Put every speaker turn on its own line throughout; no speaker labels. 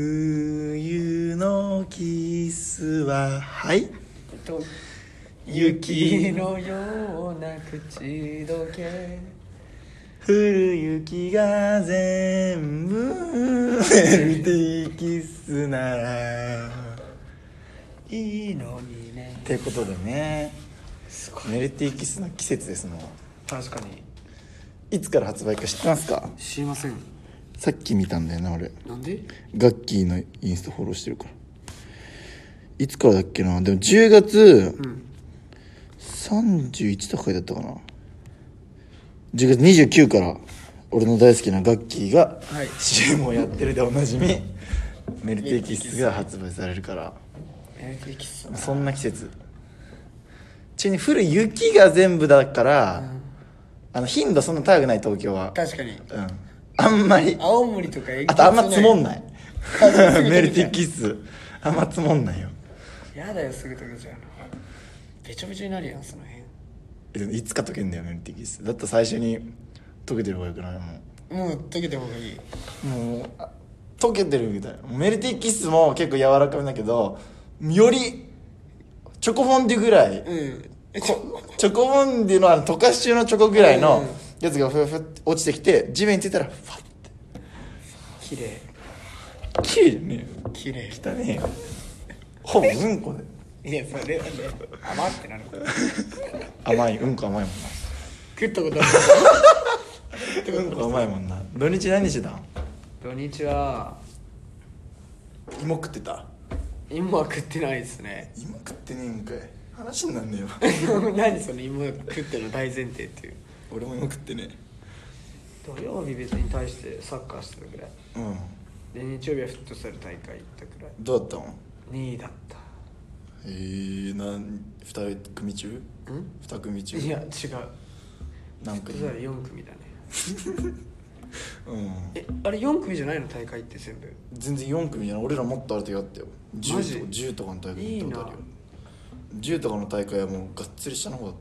冬のキスははい
と
雪
雪のような口どけ
降る雪が全部メルティーキスなら
いいのにね
っていうことでね
すごい
メルティーキスの季節ですもん
確かに
いつから発売か知ってますか
知りません
さっき見たんだよな俺
なんで
ガッキーのインスタフォローしてるからいつからだっけなでも10月
うん
31とか書いてあったかな10月29から俺の大好きなガッキーが
はい
CM をやってるでおなじみメルティーキッスが発売されるから
えー、キス
そんな季節ちなみに降る雪が全部だから、あの頻度そんな高くない東京は
確かに
うんあんまり
青森とかえげつ
あとあんま積もん
ない
ない
あでもすぐ溶けちゃう
メルティーキッスあんま積もんないよ
やだよすぐ溶けちゃうのべちょべちょになるやんその辺
えでもいつか溶けんだよメルティーキッスだったら最初に溶けてる方がよくないもう
もう溶けた方がいい
もうあ溶けてるみたいなメルティーキッスも結構柔らかめだけどよりチョコフォンデュぐらい、
うんえちょ
こチョコフォンデュのあの溶かし中のチョコぐらいの
うん
やつがふわふわって落ちてきて地面についたらファッて
綺麗
綺麗だね
綺麗
汚ねえよほぼうんこで
いやそれはね甘ってなる
甘いうんこ甘いもん
食ったことあ
なうんこ甘いもんな土日何してたん
る土日は
芋食ってた
芋は食ってないですね
芋食ってねえんかい話になんねえわ
何その芋食っての大前提っていう
俺も芋食ってね
土曜日別に対してサッカーしてたぐらい
えうん
で日曜日はフットサル大会行ったぐらい
どうだったの
2位だった
えー、なん2人組中
ん
2組中
いや違う
何
フ
組
ットサル4組だね
うん
えあれ4組じゃないの大会って全部
全然4組じゃない俺らもっとあれとやったよ
マ
10
ジ
とか10とかの大会に行ったことあるよ10とかの大会はもうがっつり下の方だっ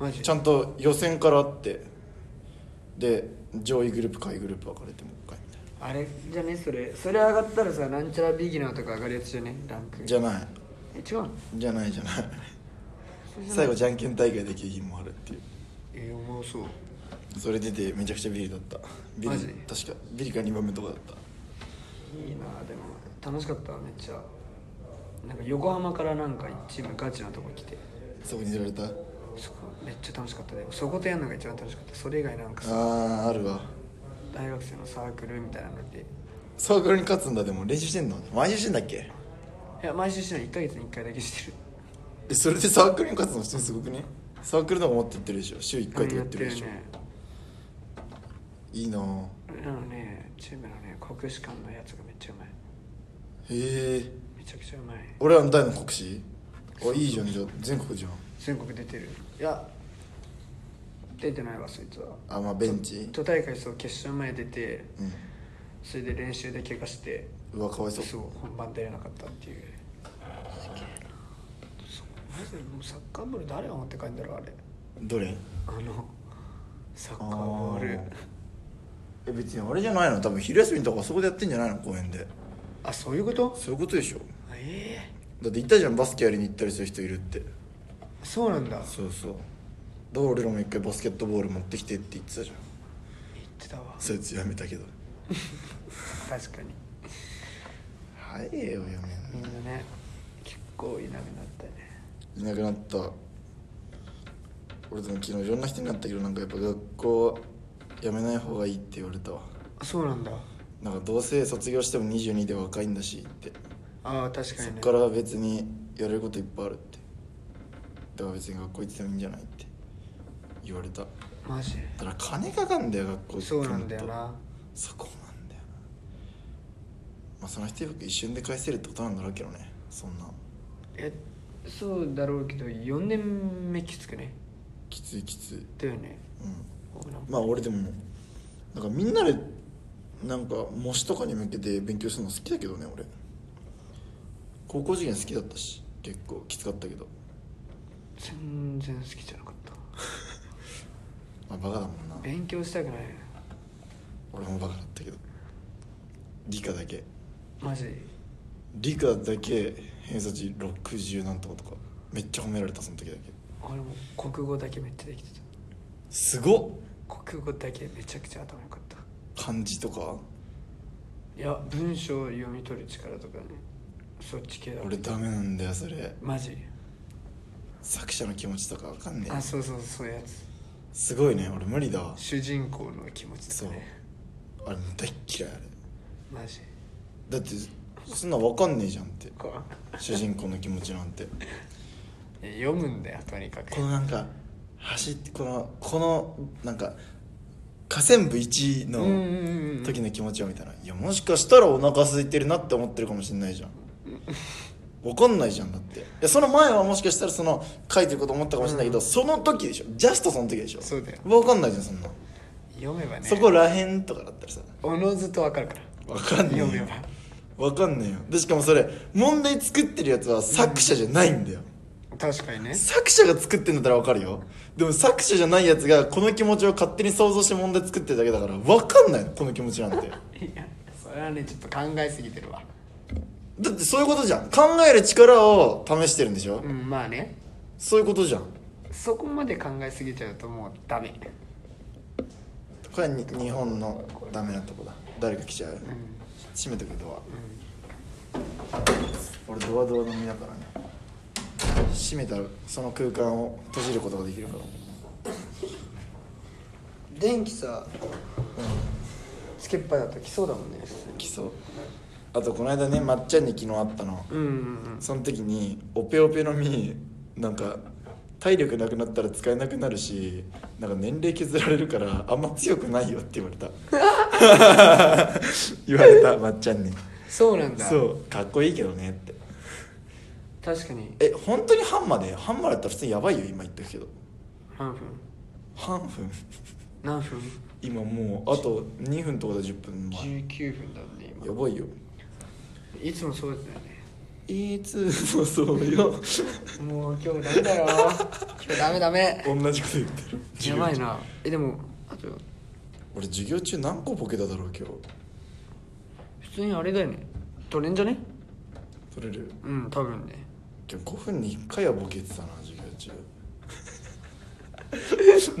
マジ
たちゃんと予選からあってで上位グループ下位グループ分かれてもう一回みたい
あれじゃねそれそれ上がったらさなんちゃらビギナーとか上がるやつじゃねランク
なじゃない
え違うの
じゃないじゃない最後じゃんけん大会で景品もあるっていう
えおもろそう
それ出てめちゃくちゃビリだったビリ
マジ
確かビリか2番目とかだった
いいなでも楽しかっためっちゃなんか横浜からなんかチームガチなとこ来て
そこに出られた
そこめっちゃ楽しかったでもそことやるのが一番楽しかったそれ以外なんかさ
あーあるわ
大学生のサークルみたいなので
サークルに勝つんだでも練習してんの毎週してんだっけ
いや毎週してない1ヶ月に1回だけしてる
えそれでサークルに勝つの普通にすごくねサークルの方が持ってってるでしょ週1回とかやってるでしょ、
ね
いいなぁ
なのねチームのね国士館のやつがめっちゃうまい
へえ
めちゃくちゃうまい
俺らの大の国士あいいじゃんじゃあ全国じゃん
全国出てるいや出てないわそいつは
あまあベンチ
都大会そう決勝前出て
うん
それで練習で怪我して
うわかわいそう
そう本番出れなかったっていうすげえなそうマジでもうサッカーボール誰が持って帰んだろうあれ
どれ
あのサッカーボール
あーえ別にあれじゃないの多分昼休みとかそこでやってんじゃないの公園で
あそういうこと
そういうことでしょ
え
だって言ったじゃんバスケやりに行ったりする人いるって
えそうなんだ言っ
そうそうだから俺らも一回バスケットボール持ってきてって言ってたじゃん
てたわ
そいつやめたけど
確かに
早えよやめん
みんなね結構いなくなったね
いなくなった俺でも昨日いろんな人になったけどなんかやっぱ学校やめない方がいいって言われたわ
あそうなんだ
なんかどうせ卒業しても22で若いんだしって
ああ確か
そ
に
っ
ね
から別にやれることいっぱいあるってだから別に学校行っててもいいんじゃないって言われただ
マジ
から金かかんだよ学校行って
そうなん
も
だよな
そこなんだよなまあその人よく一瞬で返せるってことなんだろうけどねそんな
えそうだろうけど4年目きつくね
きついきつい
だよね
うん
俺なんか
まあ俺でもなんかみんなでなんか模試とかに向けて勉強するの好きだけどね俺高校受験好きだったし結構きつかったけど、
全然好きじゃなかった
まあ、バカだもんな
勉強したくない
俺もバカだったけど理科だけ
マジ
理科だけ偏差値60何とかとかめっちゃ褒められたその時だけ
俺も国語だけめっちゃできて
すごった
国語だけめちゃくちゃ頭良かった
漢字とか
いや文章を読み取る力とかねそっち系だ
俺ダメなんだよそれ
マジ
作者の気持ちとかわかんね
あ
え
そうそうそういうやつ
すごいね俺無理だわ
主人公の気持ちとかね
あれもう大っ嫌いあれ
マジ
だってそんなわかんねえじゃんって
こ
主人公の気持ちなんて
ういや読むんだよとにかく
このなんか走ってこのこのなんか河川部1
うんうん
の
うんうん
時の気持ちをみたいないやもしかしたらお腹空いてるなって思ってるかもしれないじゃんわかんないじゃんだっていやその前はもしかしたらその書いてること思ったかもしれないけど、
うん
その時でしょジャストその時でしょ
そうだよ
わかんないじゃんそんな、
読めばね
そこらへんとかだったらさ
おのずとわかるから
わかんねえよ
読めば
わかんねえよでしかもそれ問題作ってるやつは作者じゃないんだよ、
確かにね
作者が作ってんだったらわかるよでも作者じゃないやつがこの気持ちを勝手に想像して問題作ってるだけだからわかんないのこの気持ちなんて
いやそれはねちょっと考えすぎてるわ
だってそういうことじゃん考える力を試してるんでしょ、
うんまあね
そういうことじゃん
そこまで考えすぎちゃうともうダメ
これはに日本のダメなとこだ誰か来ちゃう、
うん
閉めてくるドア、俺ドアドア飲みだからね閉めたらその空間を閉じることができるから
電気さ、つけっぱいだと来そうだもんね
来そうあとこの間ねまっちゃんに昨日会ったの
うんうん
その時にオペオペの実なんか体力なくなったら使えなくなるしなんか年齢削られるからあんま強くないよって言われた 言われたまっちゃんに
そうなんだ
そうかっこいいけどねって
確かに
え本当にハンマーでハンマーだったら普通にやばいよ今言ったけど
何分
半分
何分
今もうあと2分とかで10分前
19分だね
やばいよ
今いつもそうだよね
いつもそう よ
もう今日ダメだ よ今日ダメダメ
同じこと言ってる
やばいなえでもあと
俺授業中何個ボケただろう今日
普通にあれだよね取れんじゃね
取れる
うん多分ね
今日5分に1回はボケてたな授業中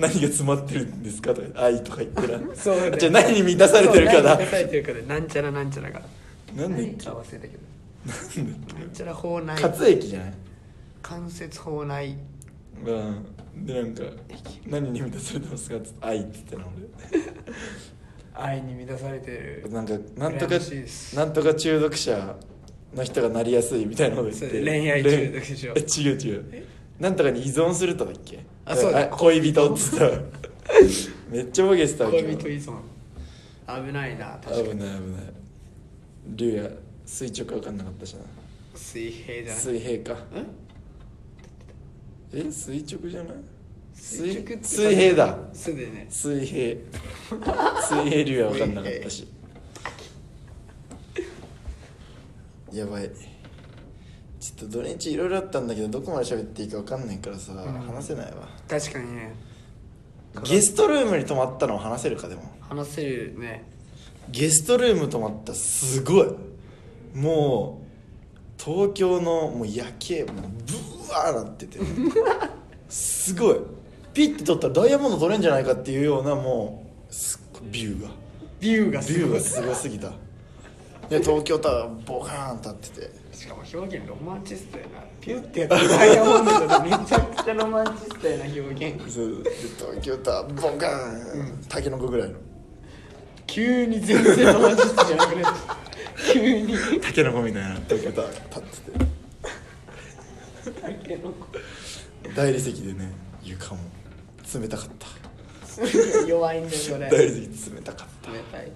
何が詰まってるんですかとか愛とか言ってな
そうだね
じゃあ何に満たされてるか
そう何
な
に満たされてるからなんちゃらなんちゃらが
なんで
何か忘れたけど
なんだ
なんちゃら法内
活液じゃない
関節法内
うんでなんか何に満たされてますかって愛って言ってたの
愛に満たされてる
俺なんかなんとか
羨ましいです
なんとか中毒者の人がなりやすいみたいなこと言って
そう恋愛中毒者
え違う違うなんとかに依存するとだっけ
あそうだ
恋人って言 ってためっちゃボケしてたわけ
恋人依存危ないな確
危
かに
ない危ない竜也垂直わかんなかったしな
水平じゃない
水平か
ん
え垂直じゃない水
垂直って
水平だ
そうだよね
水平 水平竜也わかんなかったしやばいちょっと土日いろいろあったんだけどどこまで喋っていいかわかんないからさ、話せないわ
確かにね
ゲストルームに泊まったのを話せるかでも
話せるね
ゲストルーム泊まったすごいもう東京のもう夜景もうブワーなっててすごいピッて撮ったらダイヤモンド撮れんじゃないかっていうようなもうすっごいビューが
ビューが
ビ
す
ュー
ごい
がすごすぎたで東京タワーボカーン立ってて
しかも表現ロマンチストやなピュってやったらダイヤモンドがめちゃくちゃロマンチストやな表現
そうで東京タワーボカーンタケノコぐらいの
急に全然ロマンチストじゃなくなっちゃう急に
タケノコみたいな東京タワー立って
タケノコ
て大理石でね床も冷たかった
弱いんだよそれ
大
冷
理石冷たかった
たい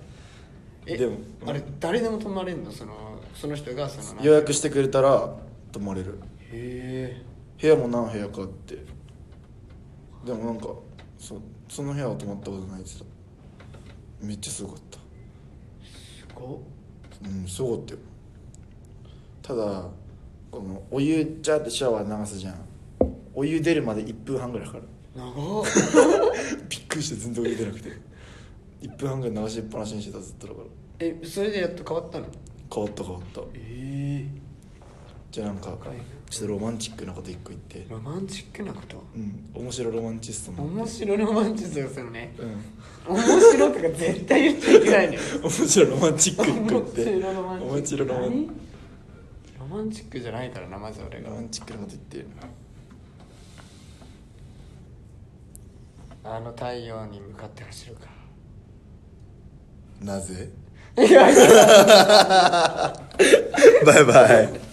え
でも
あれ誰でも泊まれんのそのその人がその
予
へ
約してくれたら泊まれる
え
部屋も何部屋かあってでもなんかそその部屋は泊まったことないですめっちゃすごかった
すごっ
うんすごかったよただこのお湯ジャーってシャワー流すじゃんお湯出るまで1分半ぐらいかかる
長っ
びっくりして 全然お湯出なくて1分半ぐらい流しっぱなしにしてたずっとだから
えそれでやっと変わったの
変わった変わった
え
じゃあなんか
え深い
ちょっとロマンチックなこと一個言って
ロマンチックなこと
うん面白ロマンチストな
面白ロマンチストよそれね
うん
面白とか絶対言っちゃいけないのよ
面白ロマンチック一個言
面
って
白ロマンチック
面白ロマン
何ロマンチックじゃないからなまず俺が
ロマンチックなこと言って
あの太陽に向かって走るか
なぜ
いやいや
バイバイ